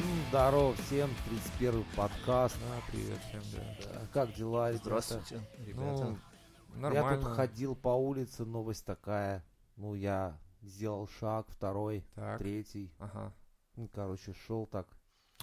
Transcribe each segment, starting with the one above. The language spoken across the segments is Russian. Ну, Здорово всем, 31-й подкаст. Да, А, привет всем, да. Да, Как дела, ребята? Здравствуйте, ребята. Ну, Нормально. я тут ходил по улице, новость такая. Ну, я сделал шаг, второй, Так. третий. Ага. Ну, короче, шел так.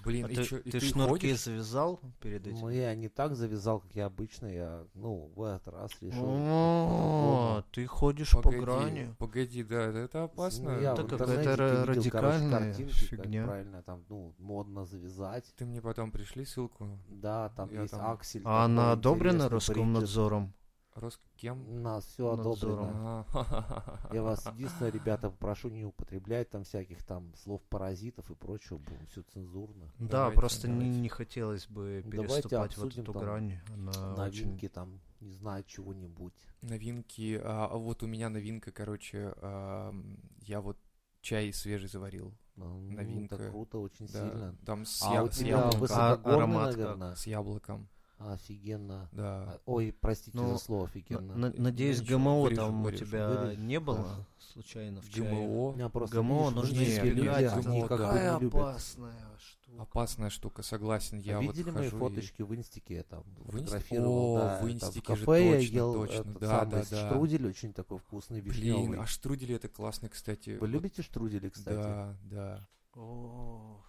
Блин, А и ты, чё, и ты ты шнурки ходишь? завязал перед этим? Ну, я не так завязал, как я обычно. Я, ну, в этот раз Ну, решил. О, ты ходишь Погоди, по грани. Погоди, да, это, это опасно. Ну, я Да в какая-то интернете ра- видел, короче, радикальная картинки, как фигня. правильно там, ну, модно завязать. Ты мне потом пришли ссылку. Да, там Я есть там- аксель. А она такой одобрена интересный, принтер. Роскомнадзором? Роскем? У нас все Надзором. одобрено. Ага. Я вас единственное, ребята, попрошу не употреблять там всяких там слов паразитов и прочего, все цензурно. Да, Давайте, просто не, давайте. не хотелось бы Давайте переступать вот обсудим эту там грань. Она А, Новинки очень... там, не знаю, чего-нибудь. Новинки. А, а вот у меня новинка, короче, ам, я вот чай свежий заварил. Ну, Новинка. Это круто, очень Да, сильно. Там с, А я- у с тебя яблоком. А, высокогорный, аромат как? наверное. С яблоком, Офигенно. да. А, Ой, простите Ну, за слово, На- офигенно. на- Надеюсь, Ничего, ГМО вырежу, там у вырежу, тебя вырежу. не было Хорошо. А, случайно в чае? У ГМО. меня просто, ГМО видишь, нужно люди избегать, любят, ГМО они как как бы Какая не любят. опасная штука. Опасная штука, согласен. Я А вот видели мои хожу и- фоточки в инстике я там В Инсте? фотографировал? О, да, в там Инстике же кафе я точно, ел точно, этот да, самый да, да. штрудель, очень такой вкусный, вишневый. Блин, а штрудели это классно, кстати. Вы Вот- любите штрудели, кстати? Да, да. А О,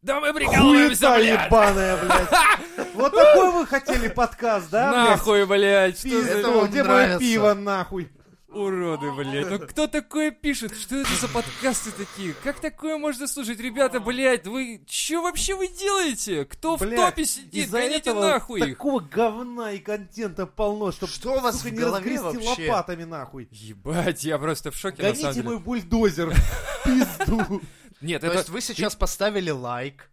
Да мы Хуета прикалываемся, блядь! ебаная, блядь. Вот такой вы хотели подкаст, да, блядь? Нахуй, блядь, что Пиздец. за... Это Пизду, вам где мое нравится. пиво, нахуй? Уроды, блядь, ну кто такое пишет? Что это за подкасты такие? Как такое можно слушать? Ребята, блядь, вы... Чё вообще вы делаете? Кто в Блядь, топе сидит? Из-за Гоните этого нахуй их! такого говна и контента полно, чтоб, Что у вас сука, в не голове разгрести вообще? лопатами, нахуй. Ебать, я просто в шоке, на самом Гоните деле. мой бульдозер в пизду. Нет, То это... есть вы сейчас поставили лайк,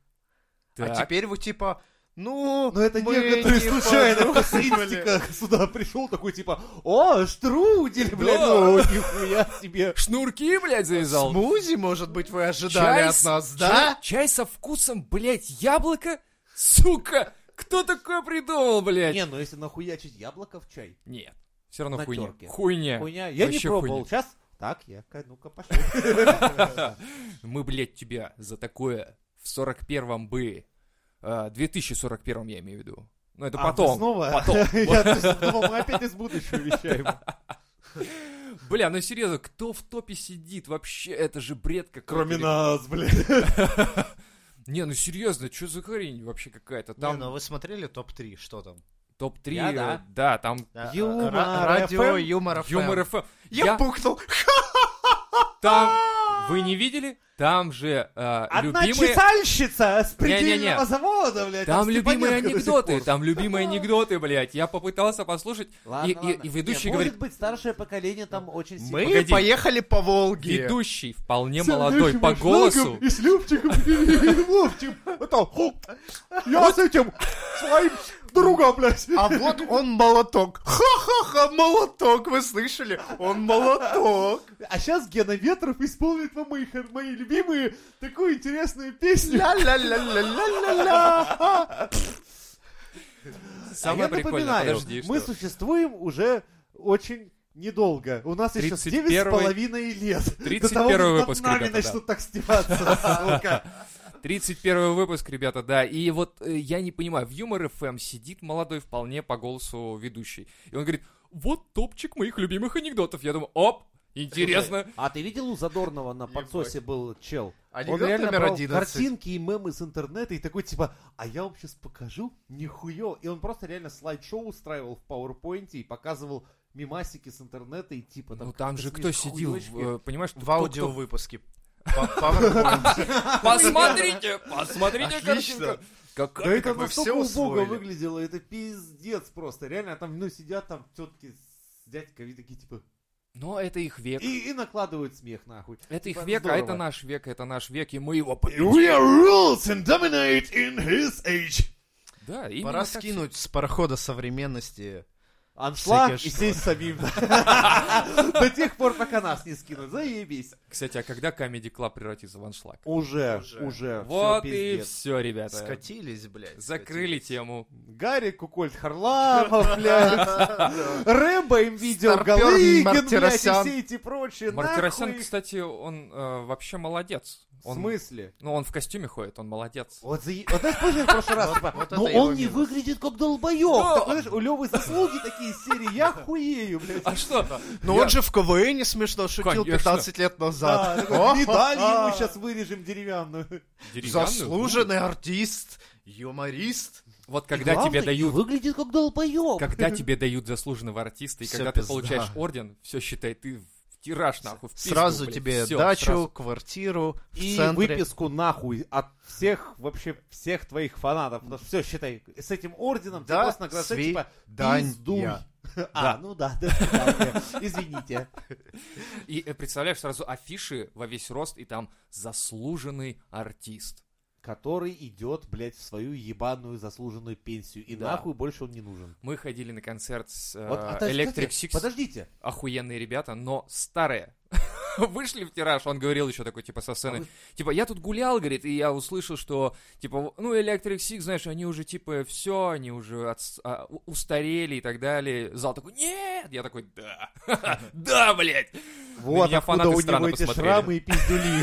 а Так. теперь вы типа, ну, Но это мы типа некоторые не случайно в подумали. статистиках сюда пришел такой типа, о, штрудель, блядь, Да. ну нихуя себе. Шнурки, блядь, завязал? Смузи, может быть, вы ожидали Чай от с- нас, чай- да? Чай со вкусом, блядь, яблоко? Сука! Кто такое придумал, блядь? Не, ну если нахуячить яблоко в чай. Нет. Все равно На хуйня. терке. Э, Хуйня. Хуйня, а я не Вообще пробовал. хуйня. Сейчас. Так, я, ка- ну-ка, пошел. Мы, блядь, тебя за такое в 41-м бы... э, 2041-м я имею в виду. Ну, это А, мы потом. снова? Потом. Я то есть думал, мы опять из будущего вещаем. Бля, ну серьезно, кто в топе сидит вообще? Это же бред какой-то. нас, блядь. Не, ну серьезно, что за хрень вообще какая-то? Не, Там ну вы смотрели топ-3, что там? топ-3, Я э, да. да, там Э, Юмор ра- Радио FM. Юмор ФМ. Юмор ФМ. Я, Я- пукнул. Там, вы не видели? Там же э, Одна любимые... чесальщица с Не-не-не. предельного завода, блядь. Там любимые Степаненко до сих анекдоты, пор. там любимые анекдоты, блядь. Я попытался послушать, Ладно, и- и- ладно. и ведущий Не, говорит- Может быть, старшее поколение там очень Мы сильно... Погоди. поехали по Волге. Ведущий, вполне С молодой Андрюшем по голосу. Шнурком И с Любчиком, и Ловчиком. Это... хоп, Я с этим своим другом, блядь. А вот он молоток. Ха-ха-ха, молоток, вы слышали? Он молоток. А сейчас Гена Ветров исполнит вам мои, хор- мои любимые такую интересную песню. Ля-ля-ля-ля-ля-ля-ля. А Самое я прикольное, напоминаю, подожди, мы что существуем уже очень недолго. У нас еще 31-й девять с половиной лет. До 31-й того, как выпуск, над нами ребята, да. начнут так стебаться, сука. 31 выпуск, ребята, да. И вот э, я не понимаю, в Юмор ФМ сидит молодой вполне по голосу ведущий. И он говорит, вот топчик моих любимых анекдотов. Я думаю, оп, интересно. А ты видел у Задорнова на подсосе был чел? Анекдот Он реально номер брал 11. картинки и мемы с интернета и такой типа, а я вам сейчас покажу, нихуё. И он просто реально слайд-шоу устраивал в PowerPoint и показывал мимасики с интернета и типа там... Ну там же кто сидел, в, э, понимаешь? В кто- аудиовыпуске. По- PowerPoint. кто- Посмотрите, посмотрите Отлично. картинку. Какая- Да это как бы настолько всё убого усвоили. выглядело, это пиздец просто. Реально, там, ну, сидят там тетки с дядьками такие, типа, Но это их век. и, и накладывают смех, нахуй. Это их Типа, век, а здорово. это наш век, это наш век, и мы его победим. We are rules and dominate in his age. Да, именно Пора так скинуть с парохода современности. Аншлаг и Всякие сесть самим. До тех пор, пока нас не скинут. Заебись. всё. Кстати, а когда Comedy Club превратится в аншлаг? Уже, Уже. уже. Вот всё, и пиздец. все, ребята. Скатились, блядь. Закрыли тему. Гарри Кукольд Харламов, блядь. Рэмбо им видео Старпёр Галыгин, блядь, и Мартиросян. все эти прочие. Мартиросян, нахуй. кстати, он э, вообще молодец. В смысле? Ну, он в костюме ходит, он молодец. Вот, за... вот это тоже в прошлый раз, типа, вот это но его он не минус. выглядит как долбоёб. Да. Так, понимаешь, у Лёвы заслуги такие из серии, я хуею, блядь. А что? Но Я- он же в КВН смешно шутил Конечно. 15 лет Да, назад. такой, медаль ему О-хо-хо. сейчас вырежем деревянную. Деревянную? ну, Заслуженный артист, юморист. Вот И когда главное, тебе не дают Выглядит как долбоёб. Когда тебе дают заслуженного артиста, и Всё когда ты пизда. получаешь орден, все считай, ты в тираж, нахуй, в пизду, Сразу блядь, тебе всё, дачу, сразу. квартиру в И центре. выписку нахуй от всех, вообще, всех твоих фанатов. Потому что все, считай, с этим орденом ты Да, просто награждаешь, сви- типа, дань пиздуй. я. А, ну да, до свидания. Извините. И э, представляешь, сразу афиши во весь рост, и там заслуженный артист. Который идет, блядь, в свою ебаную заслуженную пенсию. И Да. нахуй больше он не нужен. Мы ходили на концерт с э, Вот, а то есть, Electric кстати, Six, Подождите. охуенные ребята, но старые. Вышли в тираж, он говорил еще такой, типа, со сцены. А вы- Типа, я тут гулял, говорит, и я услышал, что, типа, ну, Electric Six, знаешь, они уже, типа, все, они уже отс- а, у- устарели и так далее. Зал такой, нет! Я такой, да! Да, блядь! Вот меня откуда фанаты у него странно эти посмотрели. шрамы и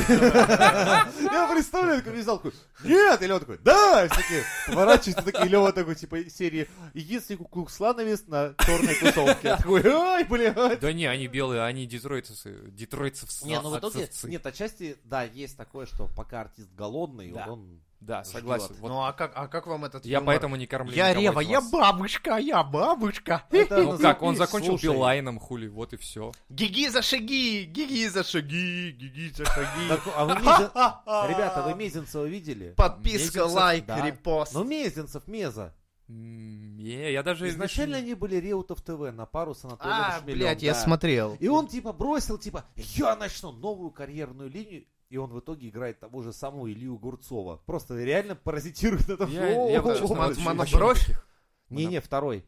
пиздюли. Я представляю, как вязал такой, нет, и Лёва такой, да, и все такие поворачиваются, такие, и Лёва такой, типа, из серии, единственный кукслановец на черной тусовке. Я Такой, ой, блядь. Да не, они белые, они детройтцы, детройтцевцы. Не, ну в итоге, отцовцы. нет, отчасти, да, есть такое, что пока артист голодный, Да. он... Да, согласен. Вот Ну а как, а как вам этот Я Типа, юмор? поэтому не кормлю Я никого Рева, из я вас. бабушка, я бабушка. Это Ну как, он назови- закончил слушай, билайном, хули, вот и все. Гиги за шаги, гиги за шаги, гиги за шаги. так, а вы Мезен- Ребята, вы Мезенцева видели? Подписка, Мезенцев, лайк, да. репост. Ну, Мезенцев, Меза. Не, я даже... Изначально они были Реутов ТВ на пару с Анатолием а, Шмелём, блядь, я да. смотрел. И он типа бросил, типа, я начну новую карьерную линию. И он в итоге играет того же самого Илью Гурцова. Просто реально паразитирует это Я- я вот, честно, Мон- вообще- монобровь? вообще никаких. Не-не, второй.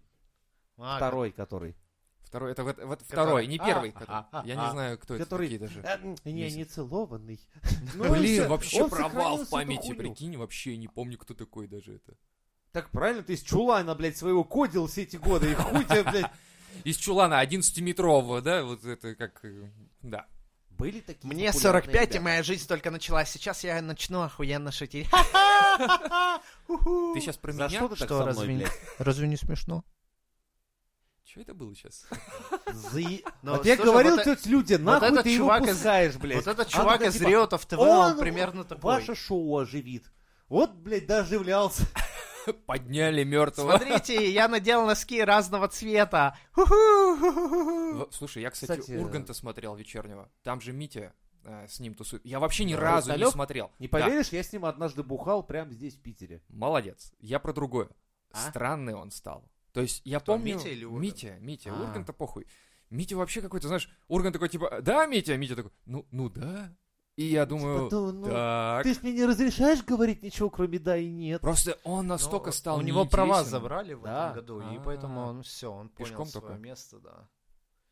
А, Второй, который. Второй, это вот, вот Который- второй, не А, первый. а, который. а, я а. не знаю, кто Который- это такие даже. Э, Не, не целованный. Ну и Блин, всё. вообще Он сохранил провал всю в эту памяти, хуйню. прикинь, вообще не помню, кто такой даже это. Так правильно, ты из Чулана, блядь, своего кодил все эти годы. И хуй тебе, блядь. Из Чулана, 11-метрового, да, вот это как... э, Да. Были такие Мне популярные 45, и ребята. моя жизнь только началась. Сейчас я начну охуенно шутить. Ты сейчас про Ну, За что меня? ты так Что, со разве не- мной, блядь? Разве не смешно? Что это было сейчас? Заи- Ну, Вот я слушай, говорил, вот э- тетя Людя, нахуй этот ты его чувак из- пускаешь, Вот блядь. этот А чувак такая, из типа, Риотов ТВ, Он ну, он примерно такой. Ваше шоу оживит. Вот, блядь, доживлялся. Подняли мертвого. Смотрите, я надел носки разного цвета. В- Слушай, я, кстати, Кстати, э, Урганта смотрел вечернего. Там же Митя э, с ним тусует. Я вообще ни Да. разу не Хрусталев? смотрел. Не Да. поверишь, я с ним однажды бухал прямо здесь, в Питере. Молодец. Я про другое. А? Странный он стал. То есть я Кто, помню... Митя или Ургант? Митя, Митя. А. Урганта похуй. Митя вообще какой-то, знаешь, Ургант такой типа, да, Митя? Митя такой, ну, ну да. И я думаю, Типа, ну, ну, так. Ты ж мне не разрешаешь говорить ничего, кроме да и нет. Просто он настолько Ну, стал У него права неинтересен. забрали в Да. этом году, и А. поэтому он все, он понял Пешком свое только? место, да.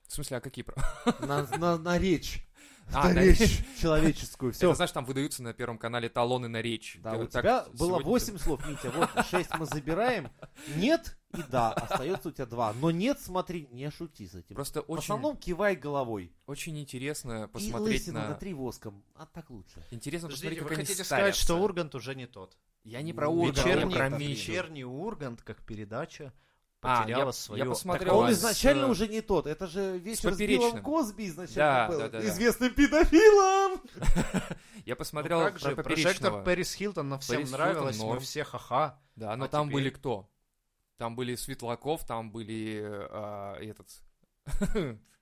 В смысле, а какие права? На, на- на речь. А, на на речь. речь. человеческую. Это, Все. знаешь, там выдаются на Первом канале талоны на речь. Да, Ты у так тебя было сегодня- 8 слов, Митя. Вот 6 мы забираем. Нет и да. Остается у тебя 2. Но нет, смотри, не шути с этим. Просто В очень, основном кивай головой. очень и интересно посмотреть лысину на... на... три воском. А так лучше. Интересно Подождите, посмотреть, вы Ну, как они хотите сказать, старятся. что Ургант уже не тот? Я не Ну, про Урганта, я Вечерний, про это Митю. вечерний Ургант, как передача, А, потеряла я- свою... я посмотрел. А Класс. он изначально Э, уже не тот. Это же вечер с поперечным. Биллом Косби изначально Да, был. да, да, да. Известным педофилом. Я Ну посмотрел как про же, поперечного. прожектор Пэрис Хилтон нам всем Пэрис Хилтон нравилось, мы норм. все ха-ха. Да, но А там теперь? были кто? Там были Светлаков, там были э, а, этот...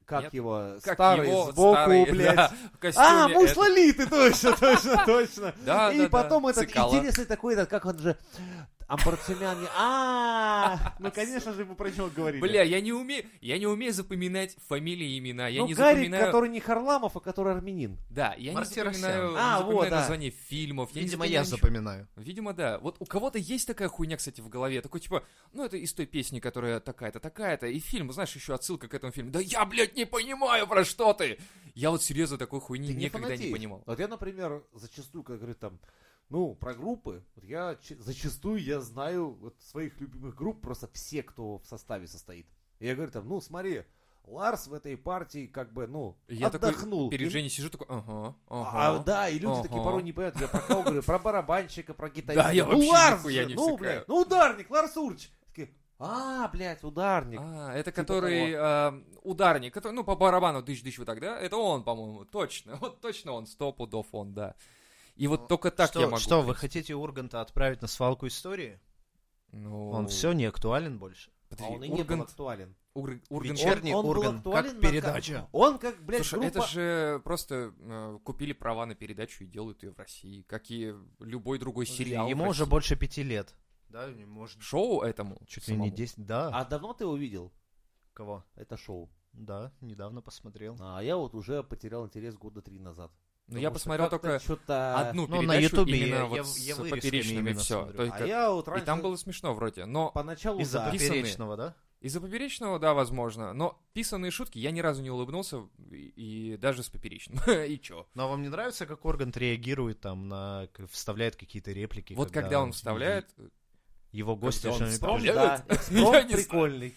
Как Нет. его? как старый его, сбоку, старый, блядь. да, в костюме. А, муж этот. Лолиты, точно, точно, точно. Да, И да, да, потом этот Цикало. интересный такой, этот, как он же, Амбарцумян. не- А, ну, конечно же, мы про него говорили. Бля, я не умею, я не умею запоминать фамилии и имена. Я ну, не Гарик, запоминаю... который не Харламов, а который армянин. Да, я Мартиросян. не запоминаю, не А, вот, запоминаю да. название фильмов. я не Видимо, я запоминаю ничего. запоминаю. Видимо, да. Вот у кого-то есть такая хуйня, кстати, в голове. Такой, типа, ну это из той песни, которая такая-то, такая-то. И фильм, знаешь, еще отсылка к этому фильму. Да я, блядь, не понимаю, про что ты! Я вот серьезно такой хуйни Ты не никогда не фанатеешь. понимал. Вот я, например, зачастую, как говорю, там, ну, про группы, вот я ч- зачастую я знаю вот своих любимых групп, просто все, кто в составе состоит. И я говорю там, ну, смотри, Ларс в этой партии как бы, ну, Я такой отдохнул. Перед И- Женей сижу такой, ага, А, ага. да, и люди такие ага. порой не понимают, я про кого говорю, про барабанщика, про гитариста. Да, я ну, вообще Ларс нихуя же, не ну, всекаю. блядь, ну, ударник, Ларс Урч. Такие, а, блядь, ударник. А, это Типа который э, ударник, который, ну, по барабану дыщ-дыщ вот так, да? Это он, по-моему, точно. Вот точно он, сто пудов он, да. И Ну, вот только так что, я могу. Что, вы хотите Урганта отправить на свалку истории? Ну, Он все не актуален больше. А подожди, он и не был Ургант, актуален. Ур- Ургант- Вечер- Вечерний он, он Ургант, был актуален как на- передача. Он как, блядь, Слушай, группа... это же просто э, купили права на передачу и делают ее в России, как и любой другой сериал. в Ему уже России. больше пяти лет. Да, не может. Шоу этому? Чуть ли не самому? 10. Да. А давно ты его видел? Кого? Это шоу. Да, недавно посмотрел. А я вот уже потерял интерес года три назад. Ну, я посмотрел только что-то... одну Ну, на передачу Ютубе именно я- вот я- с я вырезками поперечными именно все. смотрю. А я вот И раньше... там было смешно вроде, но Поначалу Из-за да. пи- поперечного, да? из-за поперечного, да, возможно, но писанные шутки я ни разу не улыбнулся, и, и даже с поперечным. и чё? Но вам не нравится, как Ургант реагирует там на... к- Вставляет какие-то реплики? вот когда, он вставляет, Его гости... он что-нибудь Экспром, там- да. Экспром Я не знаю. прикольный.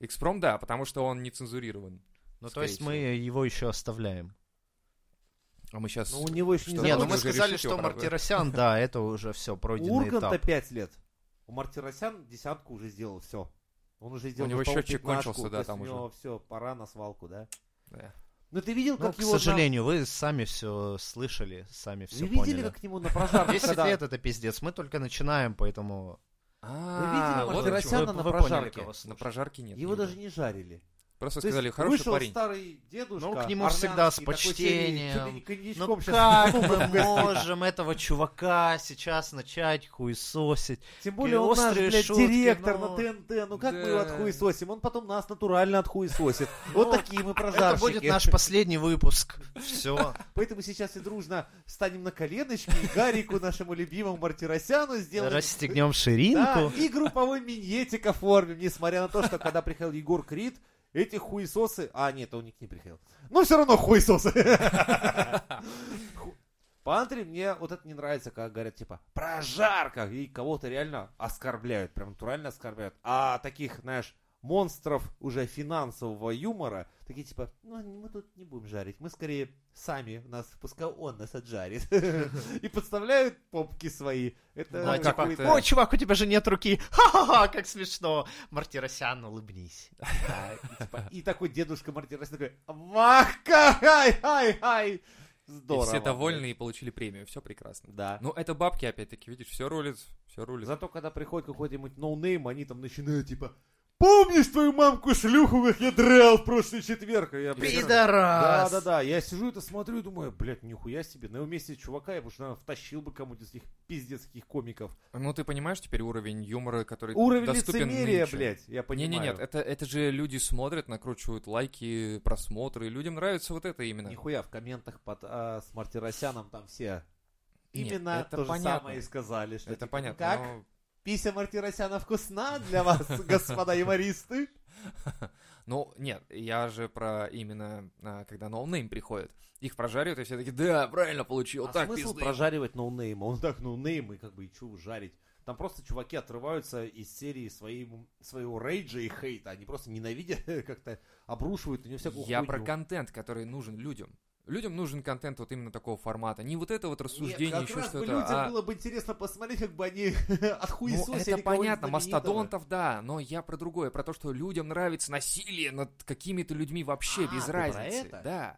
экспром, да, потому что он не цензурирован. Ну, то скорее есть мы его еще оставляем. А мы сейчас... Но у него еще не Что, Не, ну Ургант мы уже сказали, решить что его, правда? Мартиросян, да, это уже все, У пройденный Урганта этап. 5 лет. У Мартиросян десятку уже сделал все. Он уже сделал него по-моему, счетчик 15-ку, кончился, да, то есть там у уже. него все, пора на свалку, да? Да. Ну ты видел, Ну, как к его... на- сожалению, вы сами все слышали, сами все Вы видели, поняли. как к нему на прожарку, 10 когда... лет это пиздец, мы только начинаем, поэтому... А, видели вот Мартиросяна? он Росяна чё. Вы- Ну, на вы поняли, прожарке. кого На слушать. прожарке нет. Его не было. даже не жарили. Просто То есть сказали, хороший вышел парень. старый дедушка. Ну, к нему всегда с Арнянский, такой серии, почтением. чуть ли не коньячком Ну щас как кубок мы угостит. можем этого чувака сейчас начать хуесосить? Тем более он наш, острые блядь, шутки, директор ну. на ТНТ. Ну как мы его Да. отхуесосим? Он потом нас натурально отхуесосит. Вот Ну, такие мы Это прожарщики. будет наш последний выпуск. Все. Поэтому сейчас и дружно станем на коленочки и Гарику, нашему любимому Мартиросяну, сделаем... Расстегнем Да, ширинку. и групповой миньетик оформим, несмотря на то, что когда приходил Егор Крид, эти хуесосы... А, нет, он не приходил. Но все равно хуесосы. Ху- Пантри, мне вот это не нравится, когда говорят, типа, прожарка, и кого-то реально оскорбляют, прям натурально оскорбляют. А таких, знаешь, монстров уже финансового юмора, такие типа, ну, мы тут не будем жарить, мы скорее сами нас, пускай он нас отжарит. И подставляют попки свои. Это Да, типа, какой-то- О, чувак, у тебя же нет руки. Ха-ха-ха, как смешно. Мартиросян, улыбнись. Да, и, типа, и такой дедушка Мартиросян такой, вахка, ай, ай, ай. И Здорово. все довольны и получили премию, все прекрасно. Да. Ну, это бабки, опять-таки, видишь, все рулит, все рулит. Зато, когда приходит какой-нибудь ноунейм, они там начинают, типа, помнишь твою мамку-шлюху, как я драл в прошлый четверг? И я, блин, Да, Пидорас. да, да. Я сижу это смотрю и думаю, блядь, нихуя себе. На его месте чувака я бы уж, наверное, втащил бы кому-нибудь из этих пиздецких комиков. Ну, ты понимаешь теперь уровень юмора, который Уровень доступен лицемерия, нынче? блядь, я понимаю. Не-не-нет, это, это же люди смотрят, накручивают лайки, просмотры. Людям нравится вот это именно. Нихуя в комментах под а, с Мартиросяном там все Нет, именно это то понятно. же самое и сказали. Что Это типа, понятно. Как? но- Пися Мартиросяна вкусна для вас, господа юмористы. Ну, нет, я же про именно, а, когда ноунейм приходит. Их прожаривают, и все такие, да, правильно получил, а так, смысл пизды». прожаривать ноунейма? Он так ноунейм, и как бы и чего жарить? Там просто чуваки отрываются из серии своим, своего рейджа и хейта. Они просто ненавидят, как-то обрушивают на него всякую Я хуйню. про контент, который нужен людям. Людям нужен контент вот именно такого формата. Не вот это вот Нет, рассуждение, как еще раз бы что-то. людям а- было бы интересно посмотреть, как бы они Ну, отхуесосили это кого-нибудь понятно, знаменитого. мастодонтов, да, но я про другое, про то, что людям нравится насилие над какими-то людьми вообще, А, без ты про разницы. это? Да.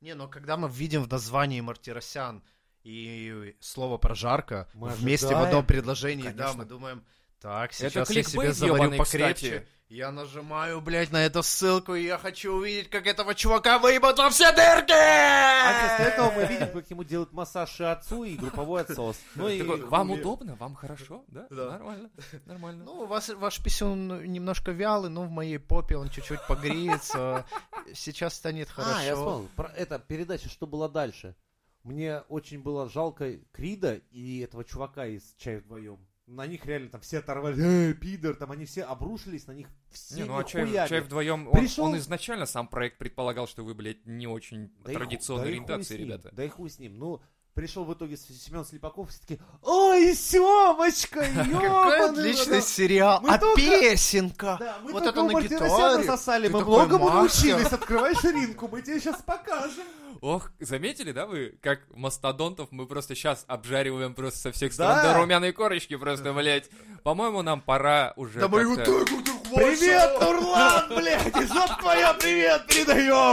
Не, но когда мы видим в названии Мартиросян и слово прожарка Мы вместе в ожидаем. одном предложении, да, Конечно. мы думаем, так, Это сейчас я себе кликбейт заварю ёбаный, покрепче. кстати. Я нажимаю, блядь, на эту ссылку, и я хочу увидеть, как этого чувака выебут во все дырки! А вместо этого мы видим, как ему делают массаж и отцу, и групповой отсос. Ну и Такой, вам хули. удобно, вам хорошо, да? Да. Нормально, нормально. Ну, у вас, ваш писюн немножко вялый, но в моей попе он чуть-чуть погреется. Сейчас станет хорошо. А, я вспомнил. Про это передача «Что было дальше?» Мне очень было жалко Крида и этого чувака из «Чай вдвоем». На них реально там все оторвали, «Э, пидор, там они все обрушились на них Не, все ну а чай, хуями. чай вдвоем, он, Пришел- он изначально сам проект предполагал, что вы, блядь, не очень Да и ху- традиционной да и хуй ориентации, с ним, ребята. Да и хуй с ним. Ну, Пришел в итоге С- Семен Слепаков, все таки ой, Семочка, Какой ёбаный отличный рот». сериал. Мы А только- песенка! Да, мы Вот только это на у Мартиросяна гитаре. сосали, Ты мы такой, многому «Маша». научились, открывай ширинку, мы тебе сейчас покажем. Ох, заметили, да, вы, как мастодонтов мы просто сейчас обжариваем просто со всех сторон Да. до румяной корочки просто, блядь. По-моему, нам пора уже Да мы его как-то- так вот их Привет, Нурлан, блядь, и жопа твоя, привет,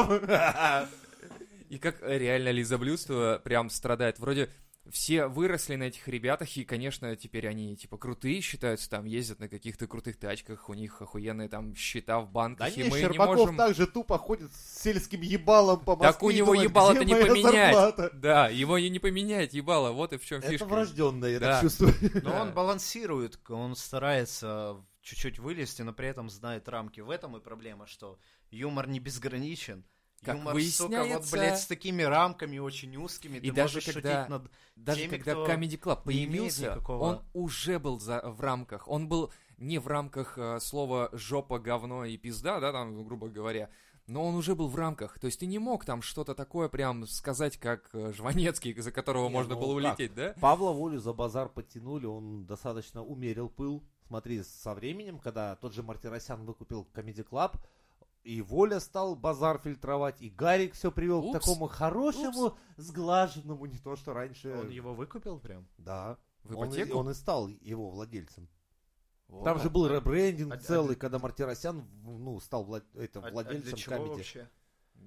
передаем. И как э, реально Лиза Блюстова прям страдает. Вроде все выросли на этих ребятах, и, конечно, теперь они, типа, крутые считаются, там, ездят на каких-то крутых тачках, у них охуенные там счета в Да банках, и не, мы не Щербаков можем... так же тупо ходит с сельским ебалом по Москве. Так у и него думает, ебало-то «Где не моя поменять. зарплата?» Да, его и не поменять, ебало, вот и в чем Это фишка. врожденное, я так Да. чувствую. Но Да. он балансирует, он старается чуть-чуть вылезти, но при этом знает рамки. В этом и проблема, что юмор не безграничен. Как юмор, сука, вот, выясняется- блядь, с такими рамками очень узкими, И ты даже можешь когда- шутить над... Даже Теми, когда кто Comedy Club не имеет появился, никакого- он уже был за, в рамках. Он был не в рамках э, слова «жопа, говно и пизда», да, там, грубо говоря, но он уже был в рамках. То есть ты не мог там что-то такое прям сказать, как э, Жванецкий, за которого Не, можно ну было как? улететь, да? Павла Волю за базар подтянули, он достаточно умерил пыл. Смотри, со временем, когда тот же Мартиросян выкупил Comedy Club, и Воля стал базар фильтровать, и Гарик все привел Упс. к такому хорошему, сглаженному, не то, что раньше. Он его выкупил прям? Да. В Он и, ипотеку? он и стал его владельцем. О, Там же был ребрендинг А- а целый, для- когда Мартиросян в- ну, стал вла- это, А- а владельцем для чего Comedy. вообще?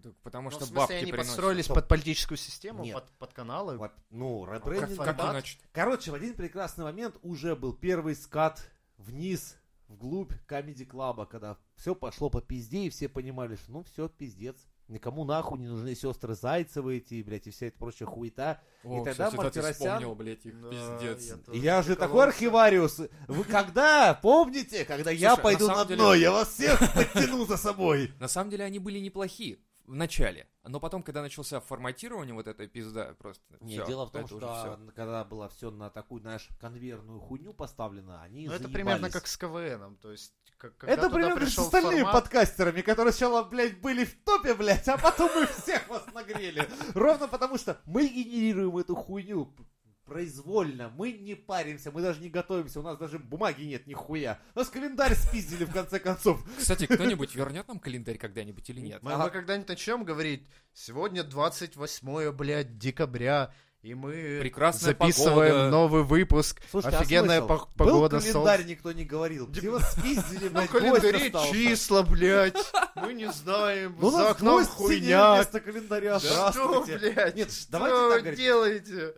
так потому Ну, что в смысле, бабки они приносят. подстроились Что? под политическую систему, Нет. под, под каналы. Вот, Ну, Как, ребрендинг. как формат? иначе? Короче, в один прекрасный момент уже был первый скат вниз, вглубь Камеди Клаба, когда все пошло по пизде, и все понимали, что ну все, пиздец. Никому нахуй не нужны сестры Зайцевы эти, блядь, и вся эта прочая хуета. О, тогда кстати, да, ты Мартиросян- вспомнил, блядь, их Да, пиздец. я тоже И я же такой прикололся. архивариус. Вы когда, помните, когда я Слушай, а пойду на на самом деле- дно, я вас всех подтяну за собой. На самом деле они были неплохи в начале, но потом, когда начался форматирование вот этой пизда, просто Не, всё, дело в том, это что уже всё. когда было все на такую, знаешь, конвейерную хуйню поставлено, они Ну, это заебались. примерно как с КВНом, то есть... как- когда Это туда примерно как с пришел остальными формат, подкастерами, которые сначала, блядь, были в топе, блядь, а потом мы всех вас нагрели. Ровно потому что мы генерируем эту хуйню п- произвольно, мы не паримся, мы даже не готовимся, у нас даже бумаги нет нихуя. У нас календарь спиздили, в конце концов. Кстати, кто-нибудь вернет нам календарь когда-нибудь или нет? Мы, Ага. мы когда-нибудь начнем говорить, сегодня 28, блядь, декабря, и мы Прекрасная записываем погода. новый выпуск. Слушайте, а Офигенная смысл? по- погода, Ну, Был календарь, никто не говорил. Где вас спиздили, На блядь, гость календаре остался. числа, блядь, мы не знаем, Ну, у за нас окном гость сидели хуйня. вместо календаря. Что, Здравствуйте. блядь, Нет, давайте так что вы говорить. делаете?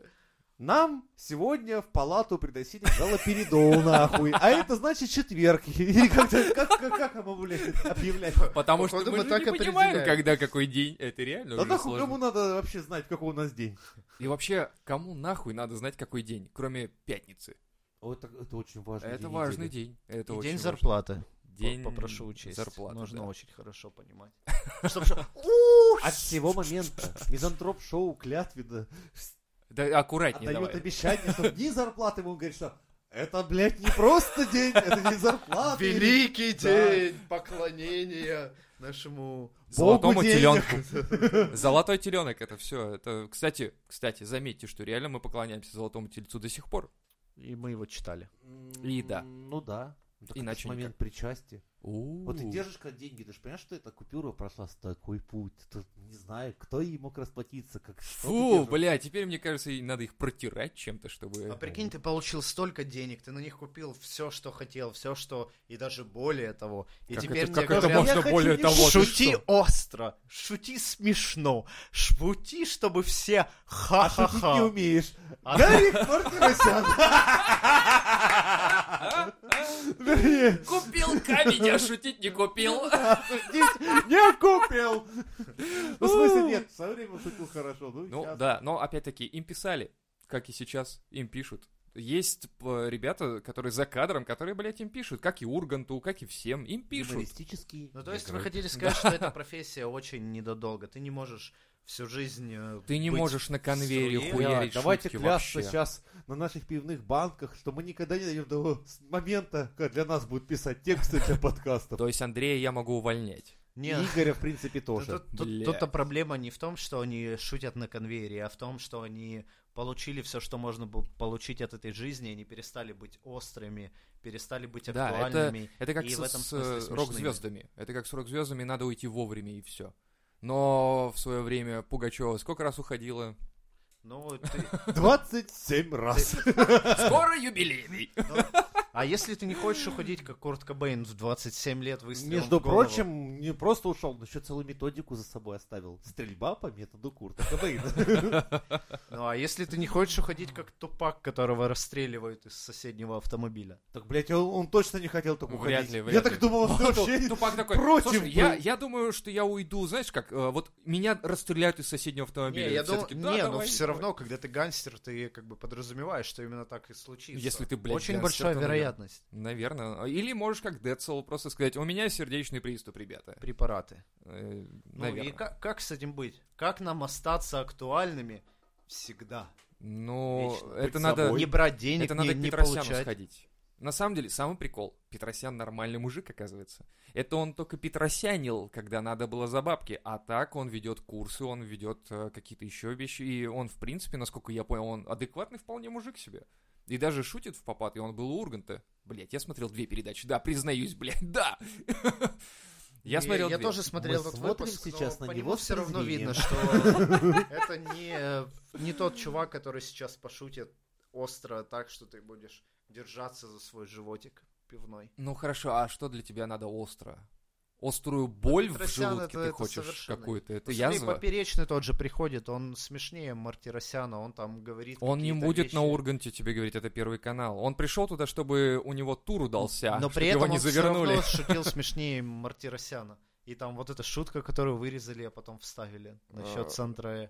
Нам сегодня в палату приносили галоперидол, нахуй. А это значит четверг. Или как-то, как, как, как оно, блядь, объявлять? Потому что Походу, мы, мы же так не понимаем, определяем. когда какой день. Это реально Да уже нахуй сложно. кому надо вообще знать, какой у нас день? И вообще, кому нахуй надо знать, какой день, кроме пятницы? О, Это, это очень важно. это важный день. Это очень важно. зарплаты. День Попрошу учесть. зарплаты, Нужно да. очень хорошо понимать. От всего момента мизантроп шоу клятвенно Да аккуратнее отдает давай. обещание, что в дни зарплаты ему говорит, что это, блядь, не просто день, это не зарплата. Великий Да. день поклонения нашему... Золотому Богу денег. теленку. Золотой теленок это все. Это, кстати, кстати, заметьте, что реально мы поклоняемся золотому тельцу до сих пор. И мы его читали. И да. Ну да. Так это Иначе ж момент причастия. Вот ты У. держишь как деньги, ты же понимаешь, что эта купюра прошла с такой путь. Ты не знаю, кто ей мог расплатиться, как что ты Фу, держишь. бля, теперь, мне кажется, и надо их протирать чем-то, чтобы... А прикинь, ты получил столько денег, ты на них купил все, что хотел, все, что... И даже более того. И Как теперь это, мне как это говорят, говорят, я можно хочу более не того? ты шути что? остро, шути смешно, шути, чтобы все А шутить не ха-ха-ха. умеешь. А- Гарик Мартиросян. Вернее, Купил камень, а шутить не купил. шутить не купил. Ну, в смысле, нет, в свое время он шутил хорошо. Ну, и Ну сейчас. да, но опять-таки им писали, как и сейчас им пишут. Есть э, ребята, которые за кадром, которые, блядь, им пишут, как и Урганту, как и всем, им пишут. Юмористический. Ну, то есть Я вы говорю, хотели сказать, что эта профессия очень недодолго. Ты не можешь всю жизнь... э, Ты не быть можешь на конвейере в Бля, хуярить давайте шутки клясться вообще. сейчас на наших пивных банках, что мы никогда не дойдем до момента, когда для нас будут писать тексты для подкастов. То есть Андрея я могу увольнять. И Нет. Игоря, в принципе, Тут- тоже. тут- тут- Блядь. Тут-то проблема не в том, что они шутят на конвейере, а в том, что они получили все, что можно было получить от этой жизни, они перестали быть острыми, перестали быть Да, это- актуальными. Это как И с, в этом с, смысле э, смешными. рок-звездами. Это как с рок-звездами, надо уйти вовремя и все. Но в свое время Пугачева сколько раз уходила? Ну, ты- 27 раз. Скоро юбилейный! А если ты не хочешь уходить, как Курт Кобейн в 27 лет выстрелом Между в голову? прочим, не просто ушел, но еще целую методику за собой оставил. Стрельба по методу Курта Кобейна. Ну, а если ты не хочешь уходить, как Тупак, которого расстреливают из соседнего автомобиля? Так, блядь, он, он точно не хотел так Вряд уходить. ли, Я вряд так ли. думал, он вообще... Тупак такой. против «Слушай, я, был». я думаю, что я уйду, знаешь как, э, вот меня расстреляют из соседнего автомобиля. Не, я Все думаю, таки, «Да, не, но давай, все давай». равно, когда ты гангстер, ты как бы подразумеваешь, что именно так и случится. Если ты, блядь, Очень гангстер, большая то, наверное. вероятность. Наверное. Или можешь как Децл просто сказать, у меня сердечный приступ, ребята. Препараты. Э, Ну и Наверное. как, как с этим быть? Как нам остаться актуальными всегда? Ну, Вечно. это Быть надо... собой. Не брать денег, Это надо не, к не Петросяну получать. сходить. На самом деле, самый прикол. Петросян нормальный мужик, оказывается. Это он только петросянил, когда надо было за бабки. А так он ведет курсы, он ведет э, какие-то еще вещи. И он, в принципе, насколько я понял, он адекватный вполне мужик себе. И даже шутит в попад, и он был у Урганта. Блять, я смотрел две передачи. Да, признаюсь, блядь, да. Я И смотрел Я две. тоже смотрел Мы этот смотрим выпуск, сейчас но на по него нему с все равно видно, что это не, не тот чувак, который сейчас пошутит остро так, что ты будешь держаться за свой животик пивной. Ну хорошо, а что для тебя надо остро? Острую боль в Петросян желудке это- ты это хочешь совершенно не- какую-то? Это Посмотри, язва? Ну, Поперечный тот же приходит, он смешнее Мартиросяна, он там говорит Он не какие-то будет вещи. на Урганте тебе говорить, это первый канал. Он пришел туда, чтобы у него тур удался, Но чтобы при его этом не он всё завернули. равно шутил смешнее Мартиросяна. И там вот эта шутка, которую вырезали, а потом вставили насчет центра Э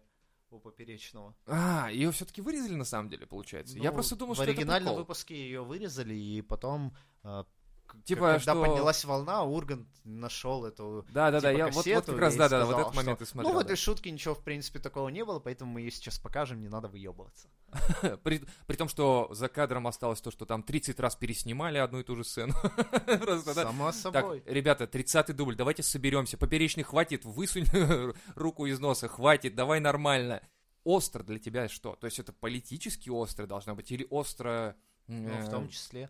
у поперечного. А, ее все-таки вырезали на самом деле, получается. Я Ну, просто думал, в что это оригинальном прикол. выпуске ее вырезали, и потом, э, к- Типа, когда что- поднялась волна, Ургант нашел эту Да, да, да, типа, я вот, вот кассету как раз, и да, да, вот сказал, этот момент что, и смотрел. Ну, в да. этой шутке ничего, в принципе, такого не было, поэтому мы ее сейчас покажем, не надо выебываться. при, при том, что за кадром осталось то, что там 30 раз переснимали одну и ту же сцену. Просто, да. Само Так, собой. ребята, 30-й дубль, давайте соберемся. Поперечный хватит, высунь руку из носа, хватит, давай нормально. Остро для тебя что? То есть это политически остро должна быть или остро... м, Ну, в э, том числе.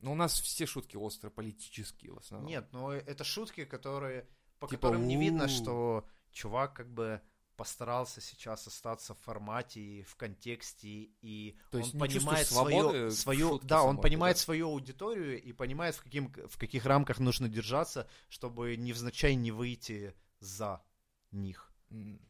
Ну, у нас все шутки остро политические в основном. Нет, но это шутки, которые по Типа, которым не видно, «У-у-у». что чувак как бы постарался сейчас остаться в формате, и в контексте и То есть он не чувствуешь понимает свободы свою, в свою шутке да, он самой, понимает да. свою аудиторию и понимает в каким в каких рамках нужно держаться, чтобы невзначай не выйти за них. М.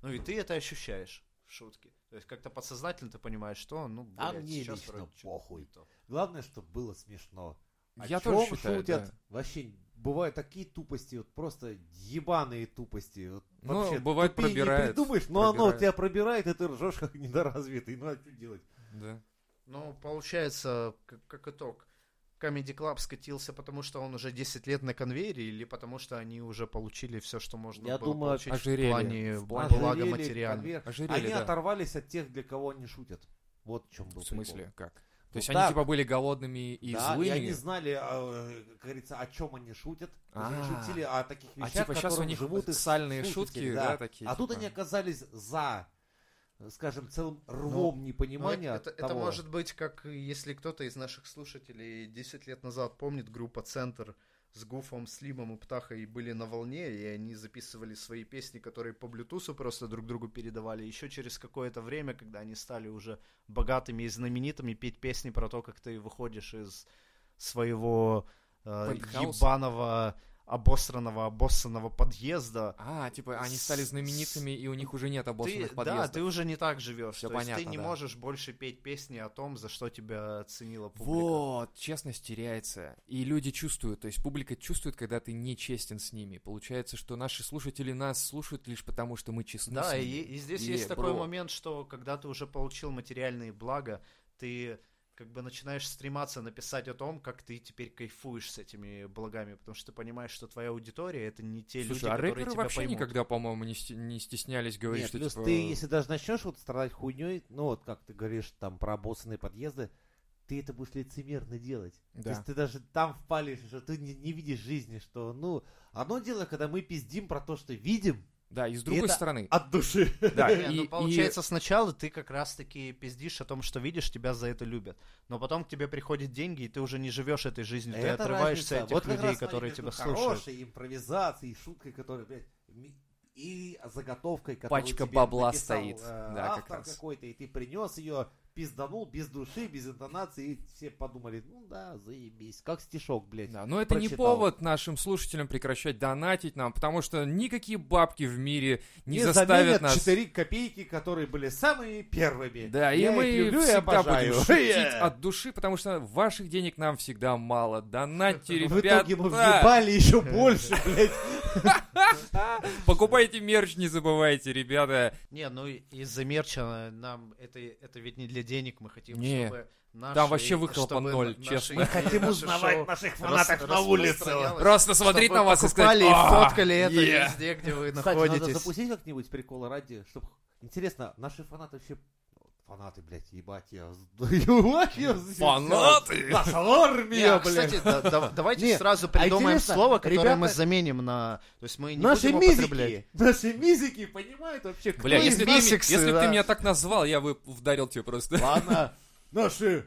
Ну и ты это ощущаешь в шутке. То есть как-то подсознательно ты понимаешь, что ну А блядь, мне сейчас лично вроде чё-то похуй. не то. Главное, чтобы было смешно. О Я чем тоже считаю, шутят? да. Вообще, бывают такие тупости, вот просто ебаные тупости. вот Ну, вообще, бывает, тупее пробирает, Не придумаешь, но оно пробирает. тебя пробирает, и ты ржешь как недоразвитый. Ну, а что делать? Да. Ну, получается, к- как, итог, Comedy Club скатился, потому что он уже 10 лет на конвейере, или потому что они уже получили все, что можно Я было думаю, получить ожерелье. в плане В плане блага Ожерелье, материального. конвейер. Ожерелье, Они да. оторвались от тех, для кого они шутят. Вот в чем был В смысле, прикол. как? Ну То есть так. они типа были голодными и да, злыми. и они знали, а, э, как говорится, о чем они шутят. То есть Они А. шутили о таких А вещах, типа сейчас у которым них живут их сальные слушатели, шутки, да, такие. А тут типа. они оказались за, э, скажем, целым рвом Ну, непонимания это, от это того. может быть, как если кто-то из наших слушателей 10 лет назад помнит группа «Центр» с Гуфом, Слимом и Птахой были на волне, и они записывали свои песни, которые по блютусу просто друг другу передавали. Еще через какое-то время, когда они стали уже богатыми и знаменитыми, петь песни про то, как ты выходишь из своего э, Пентхауса. ебаного, обосранного, обоссанного подъезда, А, типа они стали С- знаменитыми, и у них уже нет ты, обоссанных да, подъездов. ты уже не так живешь. Всё то есть ты понятно, не да. можешь больше петь песни о том, за что тебя ценила публика. Вот, честность теряется. И люди чувствуют, то есть публика чувствует, когда ты нечестен с ними. Получается, что наши слушатели нас слушают лишь потому, что мы честны с Да, и, ними. и здесь Не, есть такой бро. момент, что когда ты уже получил материальные блага, ты как бы начинаешь стрематься написать о том, как ты теперь кайфуешь с этими благами, потому что ты понимаешь, что твоя аудитория это не те Слушай, люди, а которые рэперы тебя вообще поймут. никогда, по-моему, не, сте- не стеснялись говорить, Нет, что плюс типа... ты, если даже начнешь вот страдать хуйней, ну вот как ты говоришь там про обоссанные подъезды, ты это будешь лицемерно делать. То Да. есть ты даже там впалишь, что ты не, не видишь жизни, что, ну, одно дело, когда мы пиздим про то, что видим Да, и с другой это- стороны. от души. Да, Не, и- ну, и- получается, сначала ты как раз-таки пиздишь о том, что видишь, тебя за это любят. Но потом к тебе приходят деньги, и ты уже не живешь этой жизнью, ты Это разница. отрываешься от этих Вот как людей, раз, которые смотри, тебя между слушают. Хорошей импровизацией, шуткой, которая, блядь, ми- и заготовкой, которую Пачка тебе бабла написал, стоит. э, Да, как автор раз. какой-то, и ты принес ее, пизданул без души, без интонации, и все подумали, ну да, заебись, как стишок, блядь. Да, но это не прочитал. повод нашим слушателям прекращать донатить нам, потому что никакие бабки в мире не, заменят заставят нас... 4 копейки, которые были самыми первыми. Да, и Я их мы люблю и всегда обожаю. будем шутить Yeah. от души, потому что ваших денег нам всегда мало. Донатьте, В ребята. итоге мы въебали еще больше, блядь. Покупайте мерч, не забывайте, ребята. Не, ну и- из-за мерча нам это, это ведь не для денег, мы хотим, Не, чтобы наши... там вообще выхлопа чтобы ноль, наши честно. идеи, наше шоу наших рас- распространялось. Просто смотреть Чтобы на вас и сказать... покупали и «А, фоткали это е». везде, где вы Кстати, надо находитесь. запустить как-нибудь приколы ради, чтобы... Интересно, наши фанаты вообще... Фанаты, блядь, ебать, я... ебать, я- Фанаты! Наша Не, армия, а, блядь! кстати, да- да- давайте Не, сразу а придумаем интересно, слово, которое ребята- мы заменим на... То есть мы не Наши будем употреблять. мизики! Наши мизики понимают вообще, кто Бля, из если, ты, нас- мисиксы, если б ты да. меня так назвал, я бы вдарил тебе просто. Ладно, наши...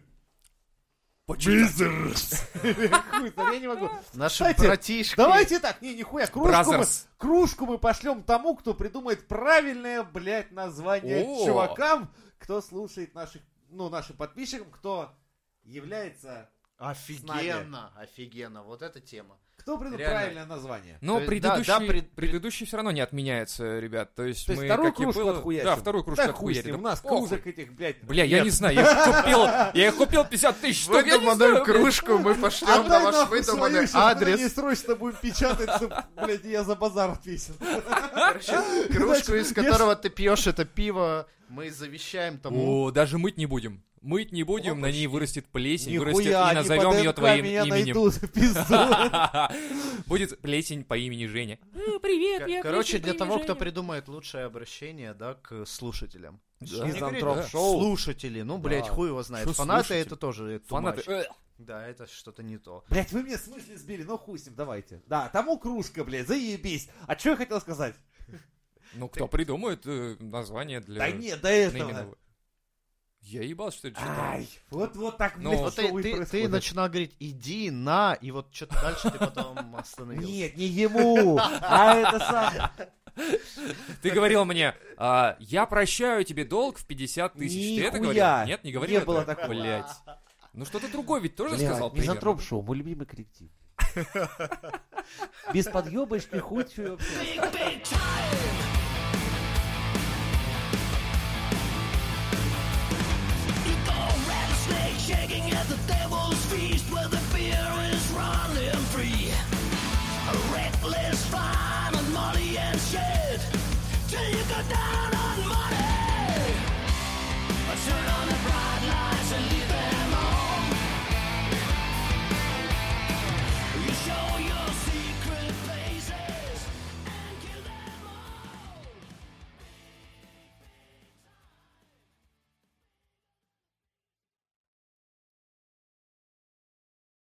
Мизерс! Хуй, знает, я не могу. Наши Кстати, братишки. Давайте так, не, нихуя, кружку мы, Бразерс. кружку мы пошлем тому, кто придумает правильное, блядь, название О. чувакам, кто слушает наших, ну, нашим подписчикам, кто является, С Офигенно, офигенно. Вот эта тема. кто придумал Реально. правильное название. Но То есть, да, предыдущий, да, пред- предыдущий все равно не отменяется, ребят. То есть, То есть мы, вторую как и кружку было- отхуячим. Да, вторую кружку да хуй с отхуярили. ним, Да у нас похуй. кружек этих, блядь. Бля, я не знаю, я их купил, я их купил 50 тысяч штук, я не Выдуманную знаю, кружку мы пошлем на Отдай ваш А нахуй свою, выдуманный сейчас мы на ней адрес. срочно будем печатать, чтоб, блядь, я за базар отвесил. Короче, Кружку, из Значит, которого ты пьешь это пиво, мы завещаем тому. О, даже мыть не будем. Мыть не будем, О, на ней вырастет плесень, вырастет, Нихуя, и они по назовем ее ДНК твоим меня именем. найдут, в пизду. Будет плесень по имени Женя. Кор- Короче, для того, кто придумает лучшее обращение, да, к слушателям. Из Да. Антроп Да. Шоу. Слушатели, ну, блядь, Да. хуй его знает. Шо Фанаты слушатели? это тоже это too Фанаты. much. э, Да, это что-то не то. Блять, вы меня с мысли сбили, ну хуй с ним, давайте. Да, тому кружка, блядь, заебись. А что я хотел сказать? Ну, кто придумает э, название для... Да нет, до для этого. именного? Я ебал, что ли, читал. Ай, вот вот так, Ну, блядь, Вот А что ты, вы ты- ты происходит. начинал говорить, иди на, и вот что-то дальше ты потом остановился. Нет, не ему, а это сам. Ты говорил мне, а, я прощаю тебе долг в 50 тысяч. Ты это говорил? Нихуя. Нет, не говорил Не этого? было такого. Блядь. Ну, что-то другое ведь тоже сказал Блядь, примерно. мизантроп шоу, мой любимый коллектив. Без подъебочки, хуй чё вообще. Big time!